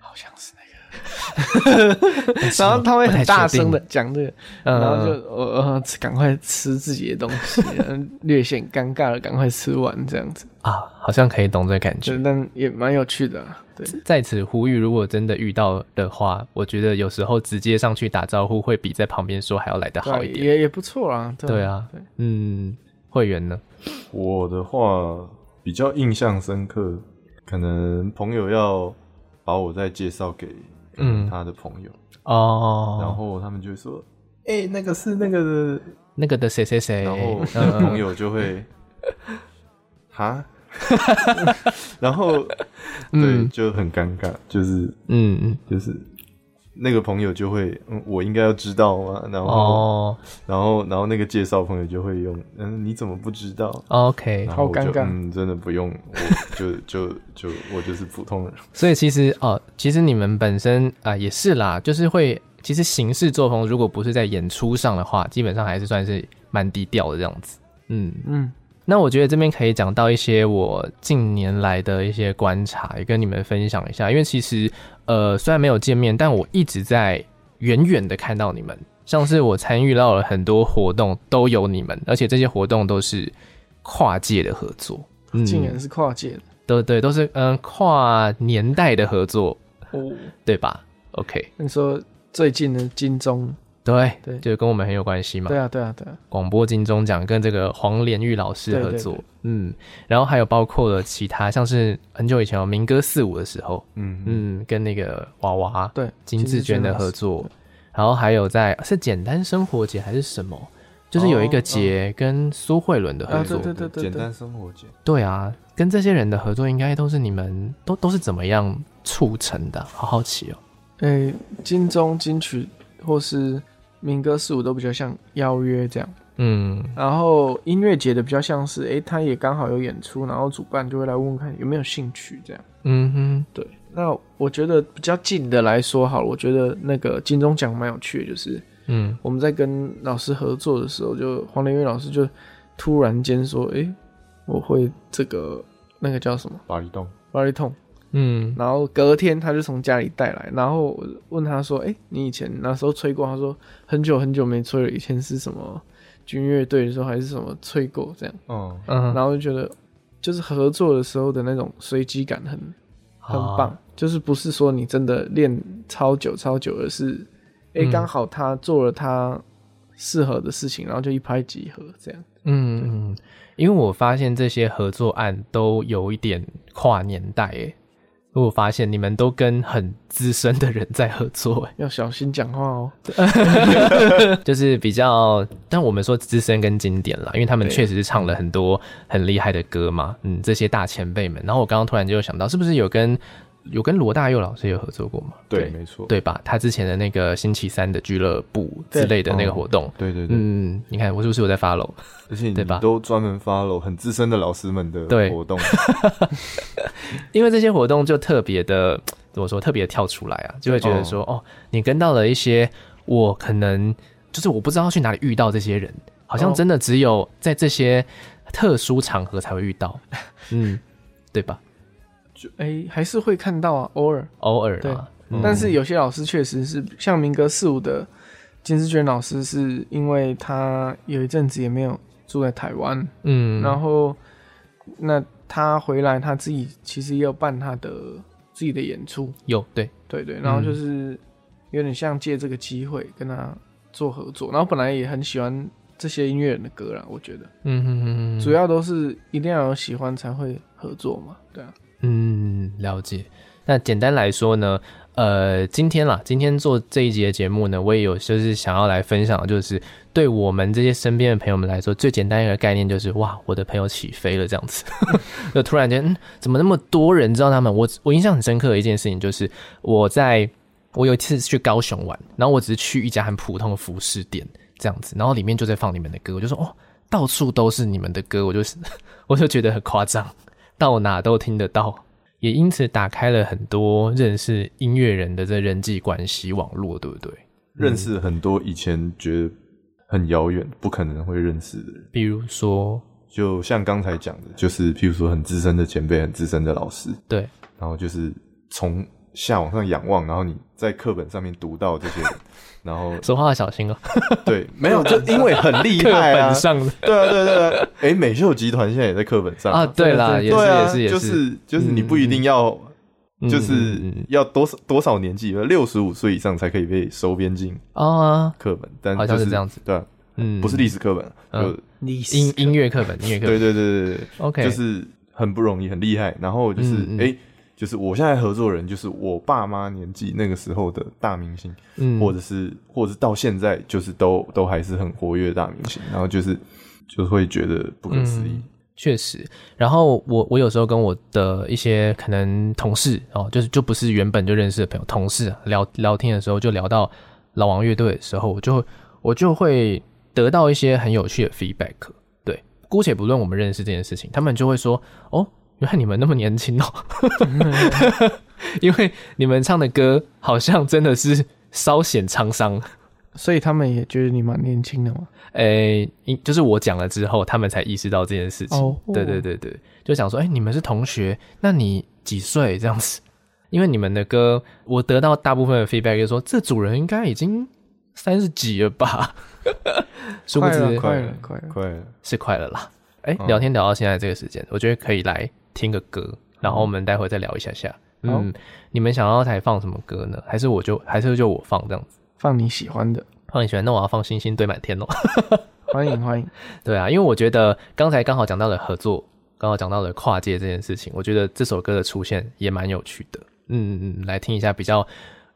Speaker 3: 好像是那个，
Speaker 1: 但是
Speaker 3: 然后他会
Speaker 1: 哎不太
Speaker 3: 很大
Speaker 1: 确定
Speaker 3: 声的，讲这个，
Speaker 1: 嗯
Speaker 3: 然后就我呃赶快吃自己的东西，嗯 略显尴尬的赶快吃完这样子，
Speaker 1: 啊，好像可以懂这个感
Speaker 3: 就
Speaker 1: 觉。
Speaker 3: 但也蛮有趣的、啊，对，
Speaker 1: 在此呼吁，如果真的遇到的话，我觉得有时候直接上去打招呼会比在旁边说还要来得
Speaker 3: 对
Speaker 1: 好
Speaker 3: 啊
Speaker 1: 一点。
Speaker 3: 也也不错啊，
Speaker 1: 对啊
Speaker 3: 对，
Speaker 1: 嗯，会员呢？
Speaker 2: 我的话比较印象深刻，可能朋友要把我再介绍给
Speaker 1: 嗯
Speaker 2: 嗯他的朋友，然
Speaker 1: 哦，
Speaker 2: 后他们就会说：“哎、那个是那个的。
Speaker 1: 那个的谁谁”谁，
Speaker 2: 然后
Speaker 1: 嗯嗯
Speaker 2: 朋友就会哈， 然后对
Speaker 1: 嗯
Speaker 2: 就很尴尬，就是
Speaker 1: 嗯嗯，
Speaker 2: 就是那个朋友就会，嗯，我应该要知道吗？然后，
Speaker 1: 哦
Speaker 2: 然后，然后那个介绍朋友就会用，嗯，你怎么不知道？
Speaker 1: ，OK，
Speaker 2: 然后我就
Speaker 3: 欸好尴尬
Speaker 2: 嗯，真的不用，我就 就就我就是普通人。
Speaker 1: 所以其实哦，其实你们本身啊、也是啦，就是会，其实行事作风如果不是在演出上的话，基本上还是算是蛮低调的这样子。嗯，
Speaker 3: 嗯，
Speaker 1: 那我觉得这边可以讲到一些我近年来的一些观察，也跟你们分享一下。因为其实呃，虽然没有见面，但我一直在远远的看到你们，像是我参与到了很多活动，都有你们，而且这些活动都是跨界的合作。嗯
Speaker 3: 竟然是跨界的
Speaker 1: 都对，都是嗯、跨年代的合作，
Speaker 3: 哦。
Speaker 1: 对吧？OK，
Speaker 3: 你说最近的金钟，
Speaker 1: 对
Speaker 3: 对
Speaker 1: 就跟我们很有关系嘛
Speaker 3: 对。啊，对啊，对啊，
Speaker 1: 广播金钟奖跟这个黄连玉老师合作，
Speaker 3: 对对
Speaker 1: 嗯，然后还有包括了其他，像是很久以前哦，民歌四五的时候，
Speaker 2: 嗯嗯，
Speaker 1: 嗯，跟那个娃娃
Speaker 3: 对，
Speaker 1: 金志娟的合作，然后还有在是简单生活节还是什么，就是有一个节跟苏慧伦的
Speaker 2: 嗯
Speaker 1: 合
Speaker 3: 啊
Speaker 1: 作，
Speaker 3: 对对对对
Speaker 2: 简单生活节。
Speaker 1: 对啊，跟这些人的合作应该都是你们都都是怎么样促成的？好好奇哦。
Speaker 3: 诶，金钟、金曲或是民歌四五都比较像邀约这样，
Speaker 1: 嗯，
Speaker 3: 然后音乐节的比较像是，诶，他也刚好有演出，然后主办就会来问问看有没有兴趣这样。
Speaker 1: 嗯哼，
Speaker 3: 对，那我觉得比较近的来说好了，我觉得那个金钟奖蛮有趣的，就是
Speaker 1: 嗯，
Speaker 3: 我们在跟老师合作的时候，就黄连玉老师就突然间说：“诶，我会这个那个叫什么
Speaker 2: 巴黎洞，
Speaker 3: 巴力痛。”
Speaker 1: 嗯，
Speaker 3: 然后隔天他就从家里带来，然后我问他说：“诶，你以前那时候吹过？”他说：“很久很久没吹了，以前是什么军乐队的时候还是什么吹过这样。
Speaker 2: 嗯，
Speaker 1: 嗯，”
Speaker 3: 然后就觉得就是合作的时候的那种随机感很很
Speaker 1: 啊
Speaker 3: 棒，就是不是说你真的练超久超久，而是哎
Speaker 1: 嗯
Speaker 3: 刚、好他做了他适合的事情，然后就一拍即合这样。
Speaker 1: 嗯嗯，因为我发现这些合作案都有一点跨年代诶，我发现你们都跟很资深的人在合作诶，
Speaker 3: 要小心讲话哦。
Speaker 1: 就是比较，但我们说资深跟经典啦，因为他们
Speaker 3: 对
Speaker 1: 确实是唱了很多很厉害的歌嘛，嗯，这些大前辈们。然后我刚刚突然就想到，是不是有跟有跟罗大佑老师有合作过嘛？
Speaker 2: 对，没错，
Speaker 1: 对吧？他之前的那个星期三的俱乐部之类的那个活动，
Speaker 2: 对对对，
Speaker 1: 嗯，你看我是不是有在 follow？
Speaker 2: 而且
Speaker 1: 对
Speaker 2: 你
Speaker 1: 吧
Speaker 2: 都专门 follow 很资深的老师们的
Speaker 1: 对
Speaker 2: 活动，
Speaker 3: 嗯
Speaker 1: 因为这些活动就特别的怎么说，特别跳出来啊，就会觉得说，哦你跟到了一些我可能就是我不知道去哪里遇到这些人，好像
Speaker 3: 哦
Speaker 1: 真的只有在这些特殊场合才会遇 到，嗯，对吧？
Speaker 3: 哎、还是会看到啊，偶尔。
Speaker 1: 偶尔
Speaker 3: 对
Speaker 1: 啊，嗯
Speaker 3: 但是有些老师确实是，像民歌四五的金志娟老师，是因为他有一阵子也没有住在台湾，
Speaker 1: 嗯，
Speaker 3: 然后那他回来他自己其实也有办他的自己的演出，
Speaker 1: 有对，
Speaker 3: 对对，然后就是有点像借这个机会跟他做合作，然后本来也很喜欢这些音乐人的歌啦，我觉得、
Speaker 1: 嗯哼哼哼，
Speaker 3: 主要都是一定要有喜欢才会合作嘛，对啊，
Speaker 1: 嗯，了解。那简单来说呢，呃，今天啦，今天做这一集的节目呢，我也有就是想要来分享，就是对我们这些身边的朋友们来说，最简单一个概念就是，哇，我的朋友起飞了这样子。 就突然间、嗯，怎么那么多人知道他们？我我印象很深刻的一件事情就是，我在我有一次去高雄玩，然后我只是去一家很普通的服饰店这样子，然后里面就在放你们的歌，我就说哦，到处都是你们的歌，我就是 我就觉得很夸张。到哪都听得到，也因此打开了很多认识音乐人的这人际关系网络，对不对？
Speaker 2: 认识很多以前觉得很遥远、不可能会认识的人。
Speaker 1: 比如说，
Speaker 2: 就像刚才讲的，就是譬如说很资深的前辈、很资深的老师，
Speaker 1: 对，
Speaker 2: 然后就是从下往上仰望，然后你在课本上面读到这 些人，然后
Speaker 1: 说话小心哦、
Speaker 2: 对，没有，就因为很厉
Speaker 1: 课
Speaker 2: 害啊
Speaker 1: 本，上的
Speaker 2: 对啊，对啊对啊，哎、美秀集团现在也在课本上
Speaker 1: 啊，对啦，也
Speaker 3: 对
Speaker 1: 是
Speaker 2: 对啊，
Speaker 1: 也是也，
Speaker 2: 就是是就是你不一定要，
Speaker 1: 嗯
Speaker 2: 就是
Speaker 1: 嗯嗯嗯
Speaker 2: 要多少多少年纪，六十五岁以上才可以被收编进
Speaker 1: 哦啊，
Speaker 2: 课本，但
Speaker 1: 好
Speaker 2: 就
Speaker 1: 像是
Speaker 2: 是
Speaker 1: 这样子
Speaker 2: 对啊，
Speaker 1: 嗯，
Speaker 2: 不是历史课本，啊
Speaker 1: 嗯
Speaker 2: 就
Speaker 3: 你
Speaker 1: 音音乐课本，音乐课
Speaker 2: 对
Speaker 1: 本
Speaker 2: 对对对对
Speaker 1: ，OK，
Speaker 2: 就是很不容易，很厉害。然后就是哎、
Speaker 1: 嗯嗯
Speaker 2: 诶就是我现在合作人就是我爸妈年纪那个时候的大明星，
Speaker 1: 嗯
Speaker 2: 或者是或者是到现在就是都都还是很活跃的大明星，然后就是就会觉得不可思议。
Speaker 1: 嗯确实。然后我我有时候跟我的一些可能同事哦，就是就不是原本就认识的朋友，同事啊聊聊天的时候，就聊到老王乐队的时候，我就我就会得到一些很有趣的 feedback。对，姑且不论我们认识这件事情，他们就会说：“哦，原来你们那么年轻哦，因为你们唱的歌好像真的是稍显沧桑。”
Speaker 3: 所以他们也觉得你蛮年轻的嘛。
Speaker 1: 诶、因就是我讲了之后，他们才意识到这件事情。
Speaker 3: 哦
Speaker 1: 对对对对，就想说，哎、你们是同学，那你几岁这样子？因为你们的歌，我得到大部分的 feedback 就是说，这组人应该已经三十几了 吧？殊不
Speaker 3: 快了
Speaker 1: 知
Speaker 3: 快了快了，
Speaker 2: 快了，
Speaker 1: 是快了啦。哎、
Speaker 2: 嗯
Speaker 1: 聊天聊到现在这个时间，我觉得可以来听个歌，然后我们待会再聊一下下。
Speaker 3: 好
Speaker 1: 嗯，你们想要台放什么歌呢？还是我就还是就我放这样子？
Speaker 3: 哦放你喜欢的，
Speaker 1: 放你喜欢，那我要放《星星堆满天》哦。
Speaker 3: 欢迎欢迎。
Speaker 1: 对啊，因为我觉得刚才刚好讲到了合作，刚好讲到了跨界这件事情，我觉得这首歌的出现也蛮有趣的。嗯嗯嗯，来听一下比较，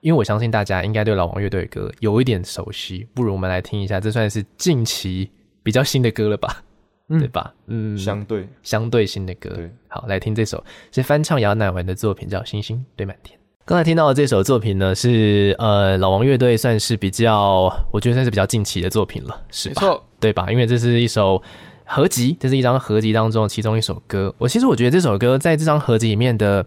Speaker 1: 因为我相信大家应该对老王乐队的歌有一点熟悉，不如我们来听一下，这算是近期比较新的歌了吧？
Speaker 3: 嗯
Speaker 1: 对吧？嗯，
Speaker 2: 相对
Speaker 1: 相对新的歌。
Speaker 2: 对
Speaker 1: 好，来听这首是翻唱姚乃文的作品，叫《星星堆满天》。刚才听到的这首作品呢，是呃老王乐队算是比较，我觉得算是比较近期的作品了，是
Speaker 3: 没
Speaker 1: 吧？
Speaker 3: 错，
Speaker 1: 对吧？因为这是一首合集，这是一张合集当中的其中一首歌。我其实我觉得这首歌在这张合集里面的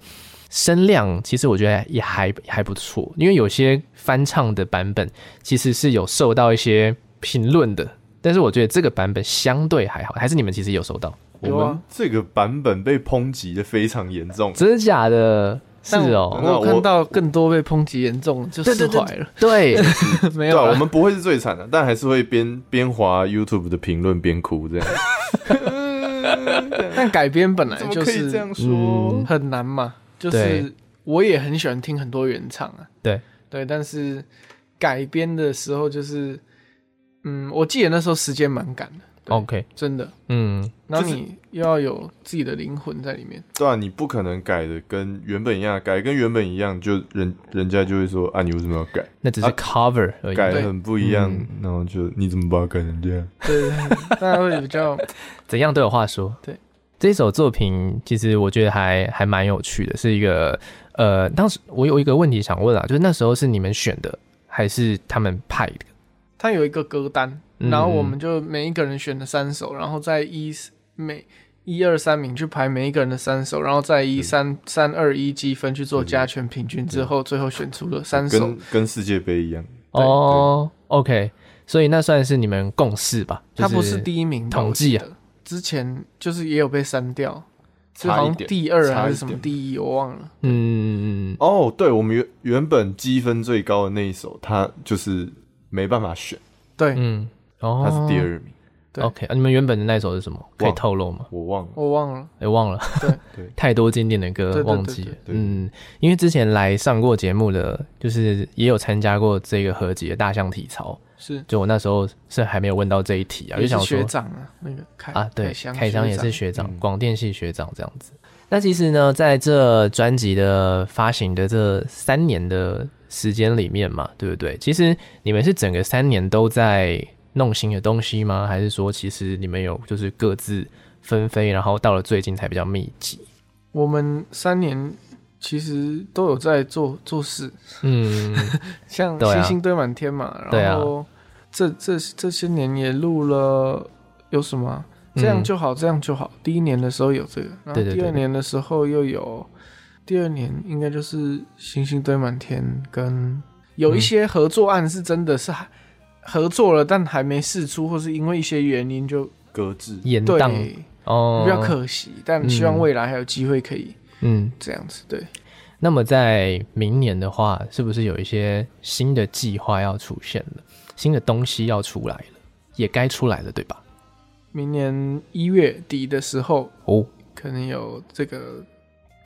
Speaker 1: 声量，其实我觉得也还还不错，因为有些翻唱的版本其实是有受到一些评论的，但是我觉得这个版本相对还好，还是你们其实有收到，
Speaker 3: 有
Speaker 2: 我
Speaker 3: 啊
Speaker 2: 们这个版本被抨击的非常严重，
Speaker 1: 真的假的？是
Speaker 3: 但
Speaker 1: 哦，
Speaker 2: 那
Speaker 3: 我
Speaker 2: 我
Speaker 3: 看到更多被抨击严重，就释怀了。
Speaker 1: 对，
Speaker 2: 对
Speaker 3: 没有
Speaker 2: 啊，
Speaker 3: 啦，
Speaker 2: 我们不会是最惨的，但还是会边边滑 YouTube 的评论边哭 这样。
Speaker 3: 但改编本来
Speaker 2: 怎么
Speaker 3: 就
Speaker 2: 可以
Speaker 3: 是
Speaker 2: 这样
Speaker 1: 嗯
Speaker 2: 说？
Speaker 3: 很难嘛，就
Speaker 1: 对
Speaker 3: 是我也很喜欢听很多原唱啊，
Speaker 1: 对
Speaker 3: 对，但是改编的时候就是，嗯，我记得那时候时间蛮赶的，对
Speaker 1: OK，
Speaker 3: 真的，
Speaker 1: 嗯，
Speaker 3: 然后
Speaker 2: 就是
Speaker 3: 你又要有自己的灵魂在里面，
Speaker 2: 对啊，你不可能改的跟原本一样，改跟原本一样，就人人家就会说啊，你为什么要改？
Speaker 1: 那只是
Speaker 2: 啊
Speaker 1: cover 而已，
Speaker 2: 改的
Speaker 3: 对
Speaker 2: 很不一样
Speaker 1: 嗯，
Speaker 2: 然后就你怎么把它改成这样？
Speaker 3: 对， 大家会比较
Speaker 1: 怎样都有话说。
Speaker 3: 对，
Speaker 1: 这首作品其实我觉得还还蛮有趣的，是一个呃，当时我有一个问题想问啊，就是那时候是你们选的还是他们派的？
Speaker 3: 它有一个歌单，
Speaker 1: 嗯
Speaker 3: 然后我们就每一个人选了三首，然后在一每一二三名去排每一个人的三首，然后再以三三二一积分去做加权平均之后，最后选出了三首
Speaker 2: 跟。跟世界杯一样，
Speaker 3: 对
Speaker 1: 哦，OK，所以那算是你们共事吧？
Speaker 3: 它不
Speaker 1: 就是
Speaker 3: 第一名吧，
Speaker 1: 统计啊
Speaker 3: 我记得，之前就是也有被删掉，就
Speaker 2: 差
Speaker 3: 好
Speaker 2: 一
Speaker 3: 像
Speaker 2: 点
Speaker 3: 第二
Speaker 2: 差
Speaker 3: 啊
Speaker 2: 一
Speaker 3: 还是什么
Speaker 2: 点
Speaker 3: 第一，我忘了。
Speaker 1: 嗯，
Speaker 2: 哦，对，我们原原本积分最高的那一首，他就是没办法选，
Speaker 3: 对，
Speaker 1: 嗯，哦，
Speaker 2: 他是第二名，
Speaker 3: 对
Speaker 1: OK，、啊、你们原本的那首是什么？可以
Speaker 2: 忘了
Speaker 1: 透露吗？
Speaker 2: 我忘了。
Speaker 3: 我忘了。
Speaker 1: 哎、忘了，
Speaker 3: 对
Speaker 2: 对
Speaker 1: 太多经典的
Speaker 3: 对
Speaker 1: 歌
Speaker 3: 对对
Speaker 1: 忘记了。
Speaker 2: 对对
Speaker 1: 嗯，因为之前来上过节目的，就是也有参加过这个合集的大象体操，
Speaker 3: 是
Speaker 1: 就我那时候是还没有问到这一题啊，就
Speaker 3: 也是
Speaker 1: 想说
Speaker 3: 学长啊，那个凯
Speaker 1: 啊，对，
Speaker 3: 凯
Speaker 1: 凯
Speaker 3: 翔
Speaker 1: 翔也是
Speaker 3: 长
Speaker 1: 学长
Speaker 2: 嗯，
Speaker 1: 广电系学长这样子。那其实呢，在这专辑的发行的这三年的时间里面嘛，对不对？其实你们是整个三年都在弄新的东西吗？还是说，其实你们有就是各自纷飞，然后到了最近才比较密集？
Speaker 3: 我们三年其实都有在做做事，
Speaker 1: 嗯，
Speaker 3: 像
Speaker 1: 对啊
Speaker 3: 星星堆满天嘛，
Speaker 1: 对啊
Speaker 3: 然后这这这些年也录了有什么啊？
Speaker 1: 嗯
Speaker 3: 这样就好，这样就好。第一年的时候有这个，然后
Speaker 1: 对对对
Speaker 3: 第二年的时候又有，第二年应该就是星星堆满天跟有一些合作案是真的是还合作了，但还没试出，或是因为一些原因就
Speaker 2: 搁置，
Speaker 1: 延
Speaker 3: 对
Speaker 1: 宕哦，
Speaker 3: 比较可惜，但希望
Speaker 1: 嗯
Speaker 3: 未来还有机会可以
Speaker 1: 嗯。
Speaker 3: 这样子。对，
Speaker 1: 那么在明年的话，是不是有一些新的计划要出现了？新的东西要出来了，也该出来了，对吧？
Speaker 3: 明年一月底的时候，
Speaker 1: 哦，
Speaker 3: 可能有这个，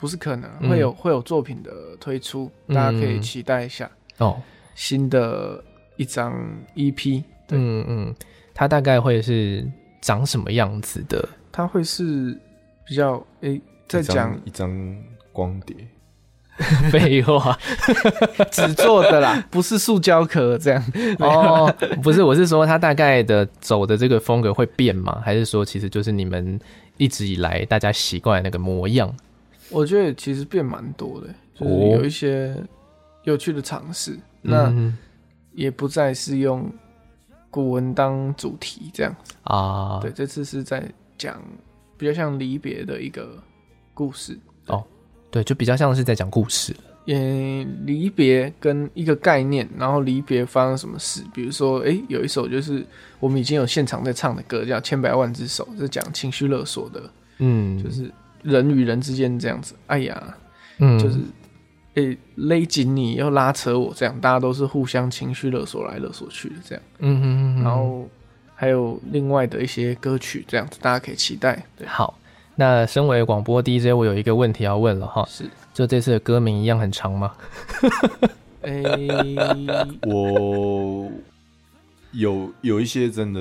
Speaker 3: 不是可能啊
Speaker 1: 嗯
Speaker 3: 会有、会有作品的推出，
Speaker 1: 嗯
Speaker 3: 大家可以期待一下
Speaker 1: 哦，
Speaker 3: 新的一张 E EP，对
Speaker 1: 嗯嗯，它大概会是长什么样子的？
Speaker 3: 它会是比较诶、在
Speaker 2: 一张
Speaker 3: 讲
Speaker 2: 一张光碟，
Speaker 1: 废 话啊
Speaker 3: 纸做的啦，不是塑胶壳这样，
Speaker 1: 哦，不是，我是说它大概的走的这个风格会变吗？还是说其实就是你们一直以来大家习惯的那个模样。
Speaker 3: 我觉得其实变蛮多的，就是
Speaker 1: 哦
Speaker 3: 有一些有趣的尝试。那
Speaker 1: 嗯
Speaker 3: 也不再是用古文当主题这样。
Speaker 1: 啊，
Speaker 3: 对，这次是在讲比较像离别的一个故事，
Speaker 1: 对，就比较像是在讲故事。
Speaker 3: 也嗯离别跟一个概念，然后离别发生什么事。比如说，诶，有一首就是我们已经有现场在唱的歌，叫《千百万只手》，是讲情绪勒索的，
Speaker 1: 嗯，
Speaker 3: 就是人与人之间这样子。哎呀，
Speaker 1: 嗯
Speaker 3: 就是。诶、勒紧你要拉扯我，这样大家都是互相情绪勒索来勒索去的，这样。
Speaker 1: 嗯嗯嗯，
Speaker 3: 然后还有另外的一些歌曲，这样子大家可以期待。对，
Speaker 1: 好，那身为广播 DJ，我有一个问题要问了哈，
Speaker 3: 是，
Speaker 1: 就这次的歌名一样很长吗？
Speaker 3: 哎、
Speaker 2: 我有有一些真的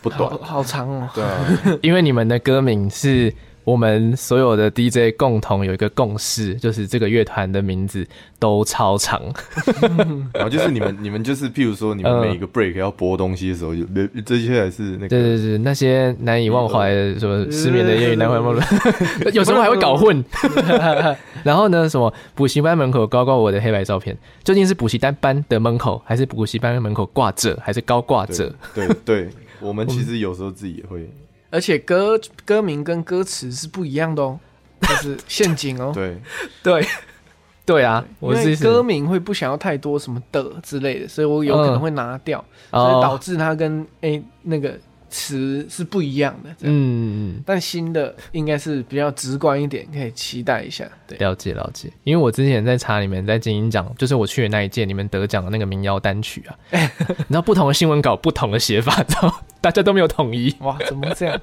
Speaker 2: 不
Speaker 3: 好
Speaker 2: 懂，
Speaker 3: 好长哦。
Speaker 2: 对啊，
Speaker 1: 因为你们的歌名是我们所有的 DJ 共同有一个共识，就是这个乐团的名字都超 长。
Speaker 2: 然后就是你们你们就是譬如说你们每一
Speaker 3: 嗯
Speaker 2: 个 break 要播东西的时候，就这些还是那
Speaker 1: 对
Speaker 2: 个
Speaker 1: 对对，那些难以忘怀的什么失眠的夜与难怀梦， 有时候还会搞混。然后呢，什么补习班门口高挂我的黑白照片，究竟是补习班班的门口，还是补习班门口挂着，还是高挂着？
Speaker 2: 对对对，我们其实有时候自己也会
Speaker 3: 而且歌歌名跟歌词是不一样的哦，就是陷阱哦。
Speaker 2: 对
Speaker 1: 对，对啊，我
Speaker 3: 因为
Speaker 1: 是
Speaker 3: 歌名会不想要太多什么的之类的，所以我有可能会拿掉，所以
Speaker 1: 嗯
Speaker 3: 导
Speaker 1: 哦，
Speaker 3: 致它跟哎、那个词是不一样的。这样，
Speaker 1: 嗯，嗯
Speaker 3: 但新的应该是比较直观一点，可以期待一下。对，
Speaker 1: 了解了解，因为我之前在查你们在金鹰奖，就是我去的那一届，你们得奖的那个民谣单曲啊，你知道不同的新闻稿不同的写法，然后大家都没有统一，
Speaker 3: 哇，怎么这样？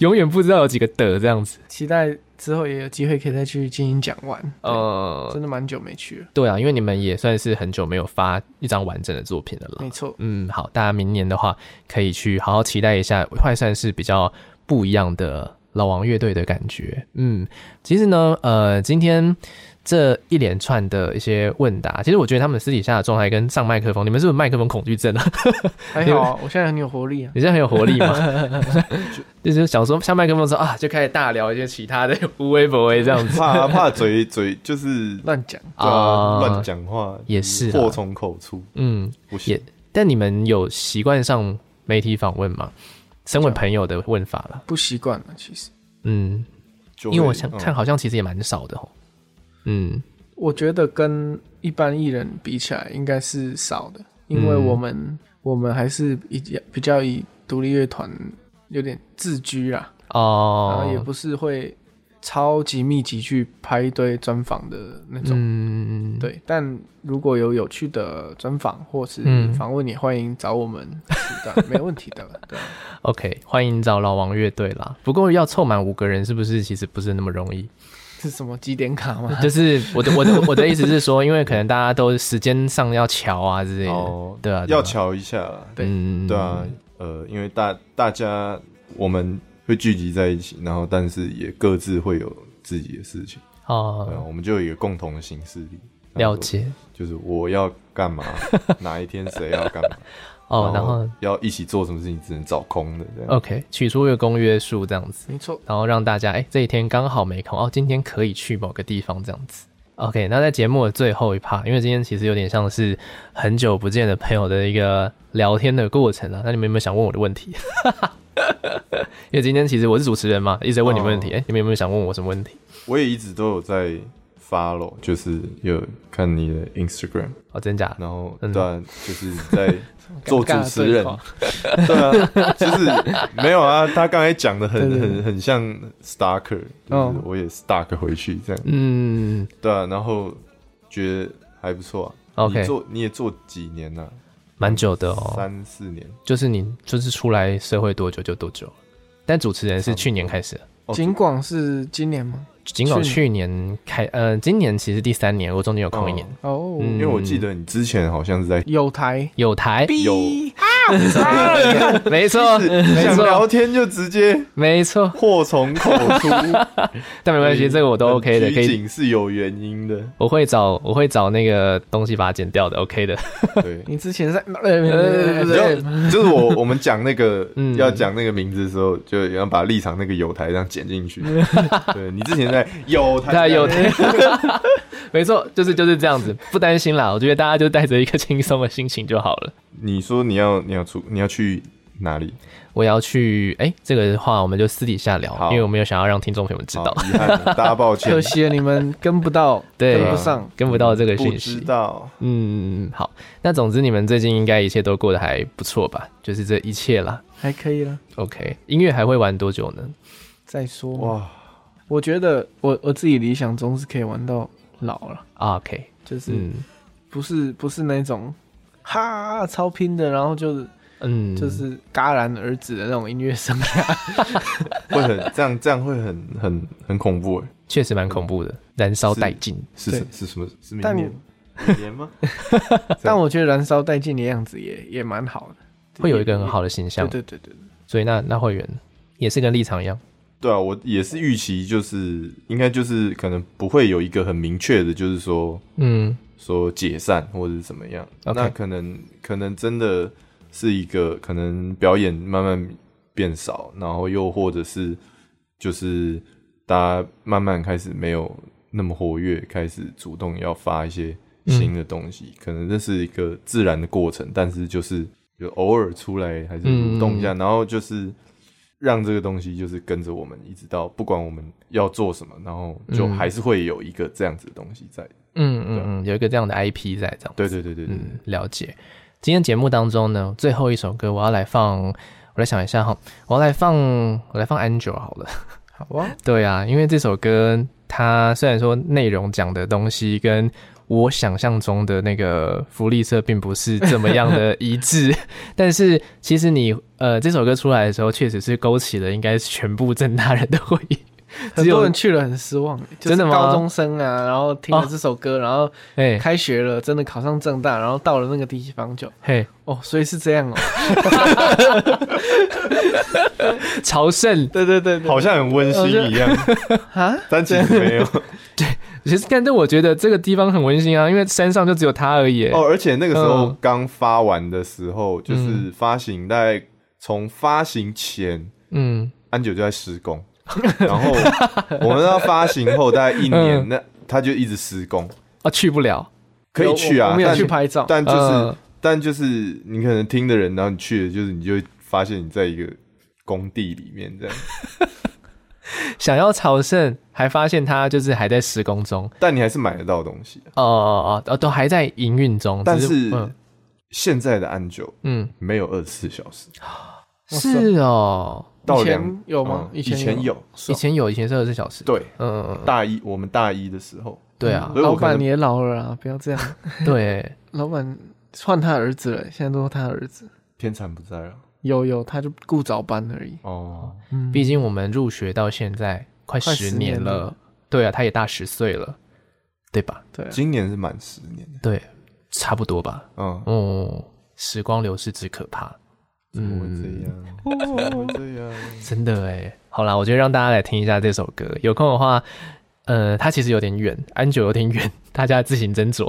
Speaker 1: 永远不知道有几个的这样子。
Speaker 3: 期待之后也有机会可以再去金鹰奖玩。对
Speaker 1: 呃，
Speaker 3: 真的蛮久没去了。
Speaker 1: 对啊，因为你们也算是很久没有发一张完整的作品了啦
Speaker 3: 没。错，
Speaker 1: 嗯，好，大家明年的话可以去好好期待一下，会算是比较不一样的老王乐队的感觉。嗯，其实呢，呃，今天这一连串的一些问答，其实我觉得他们私底下的状态跟上麦克风，你们是不是麦克风恐惧症啊？
Speaker 3: 还好啊，我现在很有活力啊。
Speaker 1: 你现在很有活力嘛？ 就就是想说，像麦克风说啊，就开始大聊一些其他的无微不微这样子。
Speaker 2: 怕怕嘴嘴就是
Speaker 3: 乱讲，
Speaker 2: 对
Speaker 1: 啊
Speaker 2: 啊乱讲话
Speaker 1: 也是啊
Speaker 2: 祸从口出，
Speaker 1: 嗯，
Speaker 2: 不行
Speaker 1: 也。但你们有习惯上媒体访问吗？身
Speaker 2: 啊
Speaker 1: 为朋友的问法了，
Speaker 3: 不习惯了。其实
Speaker 1: 嗯，
Speaker 2: 就
Speaker 1: 因为
Speaker 2: 会嗯
Speaker 1: 我想看，好像其实也蛮少的哦。嗯
Speaker 3: 我觉得跟一般艺人比起来，应该是少的，因为
Speaker 1: 嗯
Speaker 3: 我们、我们还是比较比较以独立乐团有点自居啦，然
Speaker 1: 哦
Speaker 3: 后也，不是会超级密集去拍一堆专访的那种。
Speaker 1: 嗯，
Speaker 3: 对，但如果有有趣的专访或是
Speaker 1: 嗯
Speaker 3: 访问，也欢迎找我们取代，没问题的。对啊，
Speaker 1: ，OK，欢迎找老王乐队啦。不过要凑满五个人，是不是其实不是那么容易？
Speaker 3: 是什么几点卡 吗？
Speaker 1: 就是我的我的我的意思是说，因为可能大家都时间上要瞧啊之类的。
Speaker 2: 哦，
Speaker 1: 对啊，对啊
Speaker 2: 要瞧一下啦，
Speaker 3: 对
Speaker 1: 嗯
Speaker 2: 对啊，，呃，因为大大家我们会聚集在一起，然后但是也各自会有自己的事情，对啊，
Speaker 1: 哦，
Speaker 2: 我们就有一个共同的行事历，
Speaker 1: 了，解
Speaker 2: 就是我要干嘛，哪一天谁要干嘛，
Speaker 1: 哦，然后哦
Speaker 2: 要一起做什么事情，只能找空的这样，
Speaker 1: OK，取出一个公约数这样子。
Speaker 3: 没错。
Speaker 1: 然后让大家哎、诶这一天刚好没空哦，今天可以去某个地方这样子。OK，那在节目的最后一趴，因为今天其实有点像是很久不见的朋友的一个聊天的过程啊。那你们有没有想问我的问题？ 因为今天其实我是主持人嘛，一直在问你们
Speaker 3: 哦
Speaker 1: 问题。哎、你们有没有想问我什么问题？
Speaker 2: 我也一直都有在 follow，就是有看你的 Instagram，
Speaker 1: 哦，真假？
Speaker 2: 然后
Speaker 1: 嗯
Speaker 2: 对啊，就是在做主
Speaker 3: 尴尬的
Speaker 2: 持
Speaker 3: 对
Speaker 2: 人
Speaker 3: 话，
Speaker 2: 对啊，就是没有啊。他刚才讲的很
Speaker 3: 对对对
Speaker 2: 很很像 stalker，就
Speaker 3: 哦
Speaker 2: 是我也 stalk 回去这样。
Speaker 1: 嗯
Speaker 2: 对啊，然后觉得还不错啊。
Speaker 1: ，OK，
Speaker 2: 你
Speaker 3: 嗯
Speaker 2: 做你也做几年呐、
Speaker 1: 蛮久的哦，
Speaker 2: 三四年。
Speaker 1: 就是你就是出来社会多久就多久，但主持人是去年开始的。
Speaker 2: 哦
Speaker 3: 尽管是今年吗？
Speaker 1: 尽管去
Speaker 3: 去
Speaker 1: 年开，呃，今年其实第三年，我
Speaker 2: 哦
Speaker 1: 中间有空一年。
Speaker 3: 哦，
Speaker 1: 嗯 哎
Speaker 2: 因为我记得你之前好像是在
Speaker 3: 有台
Speaker 1: 有台
Speaker 2: 有
Speaker 1: 没错，哦没
Speaker 2: 想聊
Speaker 1: 错，
Speaker 2: 天就直接
Speaker 1: 没错。
Speaker 2: 祸从口出，
Speaker 1: 但 没关系，这个我都 OK 的，可
Speaker 2: 拘
Speaker 1: 以。，
Speaker 2: 谨是有原因的
Speaker 1: 我会找我会找那个东西把它剪掉的，OK 的。
Speaker 2: 对。
Speaker 3: 你之前在 呃
Speaker 2: 就
Speaker 1: 对
Speaker 2: 就是我我们讲那个
Speaker 1: 嗯
Speaker 2: 要讲那个名字的时候，就要把立场那个友台这样剪进去。对你之 前在友台，
Speaker 1: 那有的， 没错，就是就是这样子，不担心啦。我觉得大家就带着一个轻松的心情就好了。
Speaker 2: 你说你要你要出你要去哪里？
Speaker 1: 我要去，哎、这个的话我们就私底下聊，
Speaker 2: 好
Speaker 1: 因为我没有想要让听众朋友们知
Speaker 2: 好
Speaker 1: 道，
Speaker 2: 遗憾，大家 抱歉
Speaker 3: 可，惜了你们跟不到，
Speaker 1: 对
Speaker 3: 跟不上。
Speaker 1: 跟不到这个
Speaker 2: 不
Speaker 1: 讯
Speaker 2: 知
Speaker 1: 息。
Speaker 2: 道。
Speaker 1: 嗯，嗯嗯好，那总之你们最近应该一切都过得还不错吧？就是这一切啦。
Speaker 3: 还可以了，
Speaker 1: OK，音乐还会玩多久呢？
Speaker 3: 再说嘛。
Speaker 2: 哇，
Speaker 3: 我觉得我我自己理想中是可以玩到老了，
Speaker 1: 啊，OK，
Speaker 3: 就是
Speaker 1: 嗯
Speaker 3: 不是、不是那种哈超拼的，然后就是、
Speaker 1: 嗯，
Speaker 3: 就是戛然而止的那种音乐生 涯。
Speaker 2: 会很这样这样会很很很恐怖哎。
Speaker 1: 确实蛮恐怖的，燃烧殆尽。
Speaker 2: 是
Speaker 3: 对
Speaker 2: 什是什么？是明
Speaker 3: 但
Speaker 2: 年？明年吗？
Speaker 3: 但我觉得燃烧殆尽的样子也也蛮好的，
Speaker 1: 会有一个很好的形
Speaker 3: 对
Speaker 1: 象，
Speaker 3: 对对对，对
Speaker 1: 所以那那会员也是跟立场一样，
Speaker 2: 对啊，我也是预期，就是应该就是可能不会有一个很明确的，就是说
Speaker 1: 嗯，
Speaker 2: 说解散或者是怎么样。
Speaker 1: OK
Speaker 2: 那可能可能真的是一个可能表演慢慢变少，然后又或者是就是大家慢慢开始没有那么活跃，开始主动要发一些新的东
Speaker 1: 嗯
Speaker 2: 西，可能这是一个自然的过程，但是就是就偶尔出来还是
Speaker 1: 嗯
Speaker 2: 蠕动一下，然后就是。让这个东西就是跟着我们，一直到不管我们要做什么，然后就
Speaker 1: 嗯
Speaker 2: 还是会有一个这样子的东西在。
Speaker 1: 嗯
Speaker 2: 对
Speaker 1: 嗯嗯，有一个这样的 IP 在这样。
Speaker 2: 对对对对对，
Speaker 1: 嗯，了解。今天节目当中呢，最后一首歌我要来放，我来想一下哈，我要来放，我来放 Angel 好了。
Speaker 3: 好啊，
Speaker 1: 对啊，因为这首歌它虽然说内容讲的东西跟我想象中的那个福利社并不是这么样的一致， 但是其实你呃这首歌出来的时候，确实是勾起了应该全部正大人的回忆。
Speaker 3: 很
Speaker 1: 只有
Speaker 3: 多人去了很失望，就是
Speaker 1: 真的吗
Speaker 3: 高中生啊，然后听了这首歌，然后
Speaker 1: 哎、
Speaker 3: 开学了，真的考上正大，然后到了那个地方就
Speaker 1: 嘿，
Speaker 3: 哦，所以是 这样哦，
Speaker 1: 朝圣，
Speaker 3: 对对对 对，
Speaker 2: 好像很温馨一样，
Speaker 3: 啊，
Speaker 2: 但其实 没有
Speaker 1: 其实但但我觉得这个地方很温馨啊，因为山上就只有他而已。
Speaker 2: 哦。而且那个时候
Speaker 1: 嗯
Speaker 2: 刚发完的时候，
Speaker 3: 嗯
Speaker 2: 就是发行大概从发行前，
Speaker 1: 嗯，
Speaker 2: 安久就在施 工，然后我们到发行后大概一年，
Speaker 1: 嗯
Speaker 2: 那他就一直施工，
Speaker 1: 啊，去不了。
Speaker 2: 可以去
Speaker 3: 我
Speaker 2: 啊
Speaker 3: 我，们嗯有
Speaker 2: 但
Speaker 3: 去拍照，
Speaker 2: 但就是
Speaker 1: 嗯
Speaker 2: 但就是你可能听的人，然后你去了，就是你就会发现你在一个工地里面这样，
Speaker 1: 想要朝圣，还发现它就是还在施工中，
Speaker 2: 但你还是买得到东西的。
Speaker 1: 哦哦哦哦，都还在营运中。
Speaker 2: 但
Speaker 1: 只
Speaker 2: 是
Speaker 1: 嗯
Speaker 2: 现在的安久
Speaker 1: 嗯，
Speaker 2: 没有二十四小时，
Speaker 1: 是哦，
Speaker 2: 到
Speaker 3: 以前
Speaker 2: 两
Speaker 3: 有吗
Speaker 2: 嗯
Speaker 3: 以
Speaker 2: 以
Speaker 3: 前
Speaker 2: 前
Speaker 3: 有
Speaker 2: 有，
Speaker 3: 是
Speaker 1: 以
Speaker 3: 哦
Speaker 1: 前有，以前是二十四小时。，
Speaker 2: 对。
Speaker 1: 嗯嗯嗯，
Speaker 2: 大一，我们大一的时候，
Speaker 1: 对啊，
Speaker 2: 所以
Speaker 3: 老
Speaker 2: 我可
Speaker 3: 板
Speaker 2: 能
Speaker 3: 也老了啊，不要这样。
Speaker 1: 对，
Speaker 3: 老板换他儿子了，现在都是他儿子。
Speaker 2: 天蚕不在了。
Speaker 3: 有有，他就顾早班而已。
Speaker 2: 哦，
Speaker 3: 嗯，
Speaker 1: 毕竟我们入学到现在快
Speaker 3: 快
Speaker 1: 十
Speaker 3: 10
Speaker 1: 年
Speaker 3: 年
Speaker 1: 了，
Speaker 3: 了
Speaker 1: 对啊，他也大十岁了，对吧？
Speaker 3: 对啊，
Speaker 2: 今年是满十年的。
Speaker 1: 对，差不多吧。
Speaker 2: 嗯，
Speaker 1: 哦、时光流逝之可怕，
Speaker 3: 嗯
Speaker 2: 怎么会这样？怎么会这样？
Speaker 1: 真的哎。好啦，我觉得让大家来听一下这首歌，有空的话，呃，它其实有点远，安久有点远， 大家自行斟酌，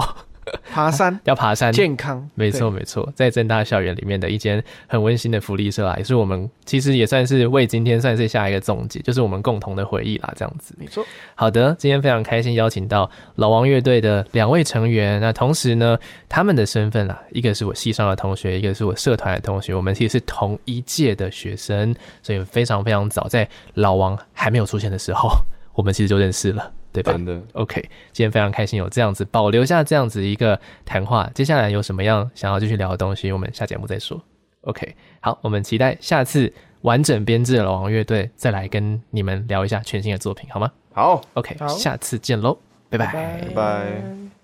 Speaker 3: 爬山
Speaker 1: 要爬山。
Speaker 3: 健康，
Speaker 1: 没错，没错，在正大校园里面的一间很温馨的福利社啊，也是我们其实也算是为今天算是下一个总结，就是我们共同的回忆啦，这样子。
Speaker 3: 对，没错。
Speaker 1: 好的，今天非常开心邀请到老王乐队的两位成员，那同时呢，他们的身份啊，一个是我系上的同学，一个是我社团的同学，我们其实是同一届的学生，所以非常非常早，在老王还没有出现的时候， 我们其实就认识了，对吧？
Speaker 2: 真的，
Speaker 1: OK，今天非常开心有这样子保留下这样子一个谈话。接下来有什么样想要继续聊的东西，我们下节目再说。OK，好，我们期待下次完整编制的老王乐队再来跟你们聊一下全新的作品，好吗
Speaker 2: 好，
Speaker 1: ？OK，
Speaker 3: 好
Speaker 1: 下次见喽，拜拜
Speaker 2: 拜拜。